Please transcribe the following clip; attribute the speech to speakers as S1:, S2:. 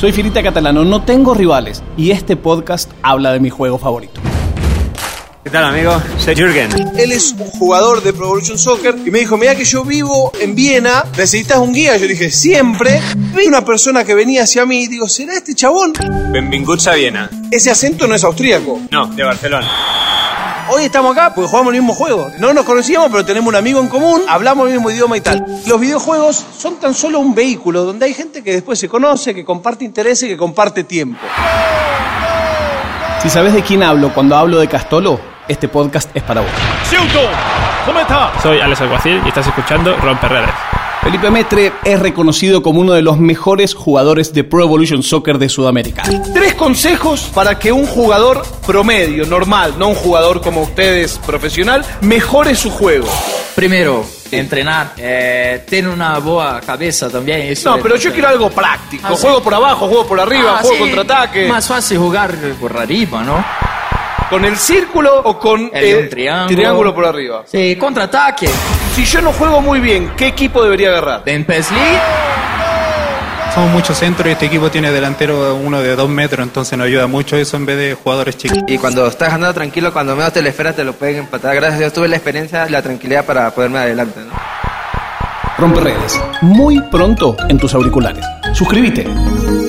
S1: Soy Firita Catalano, no tengo rivales y este podcast habla de mi juego favorito.
S2: ¿Qué tal, amigo? Soy Jürgen.
S3: Él es un jugador de Pro Evolution Soccer y me dijo, mira que yo vivo en Viena, necesitas un guía. Yo dije, siempre. Vi una persona que venía hacia mí y digo, ¿será este chabón?
S2: Benvinguts a Viena.
S3: Ese acento no es austríaco.
S2: No, de Barcelona.
S3: Hoy estamos acá porque jugamos el mismo juego. No nos conocíamos, pero tenemos un amigo en común, hablamos el mismo idioma y tal. Los videojuegos son tan solo un vehículo donde hay gente que después se conoce, que comparte intereses, que comparte tiempo.
S1: Si sabes de quién hablo cuando hablo de Castolo, este podcast es para vos.
S4: Soy Alex Alguacil y estás escuchando Romper Redes.
S1: Felipe Metre es reconocido como uno de los mejores jugadores de Pro Evolution Soccer de Sudamérica.
S3: Tres consejos para que un jugador promedio, normal, no un jugador como ustedes, profesional, mejore su juego.
S5: Primero, entrenar, eh, tener una buena cabeza también. eso
S3: No,
S5: es
S3: pero yo
S5: importante.
S3: quiero algo práctico.
S5: Ah, sí.
S3: juego por abajo, juego por arriba,
S5: Ah,
S3: juego
S5: sí,
S3: contraataque.
S5: Más fácil jugar por arriba, ¿no?
S3: ¿Con el círculo o con
S5: El triángulo.
S3: Eh, por arriba?
S5: Sí, contraataque.
S3: Si yo no juego muy bien, ¿qué equipo debería agarrar?
S5: En PES League,
S6: Somos muchos centros y este equipo tiene delantero uno de dos metros, entonces nos ayuda mucho eso en vez de jugadores chicos.
S7: Y cuando estás andando tranquilo, cuando menos te lo esperas, te lo pueden empatar. Gracias a Dios tuve la experiencia y la tranquilidad para poderme adelante. ¿no?
S1: Rompe redes, muy pronto en tus auriculares. Suscríbete.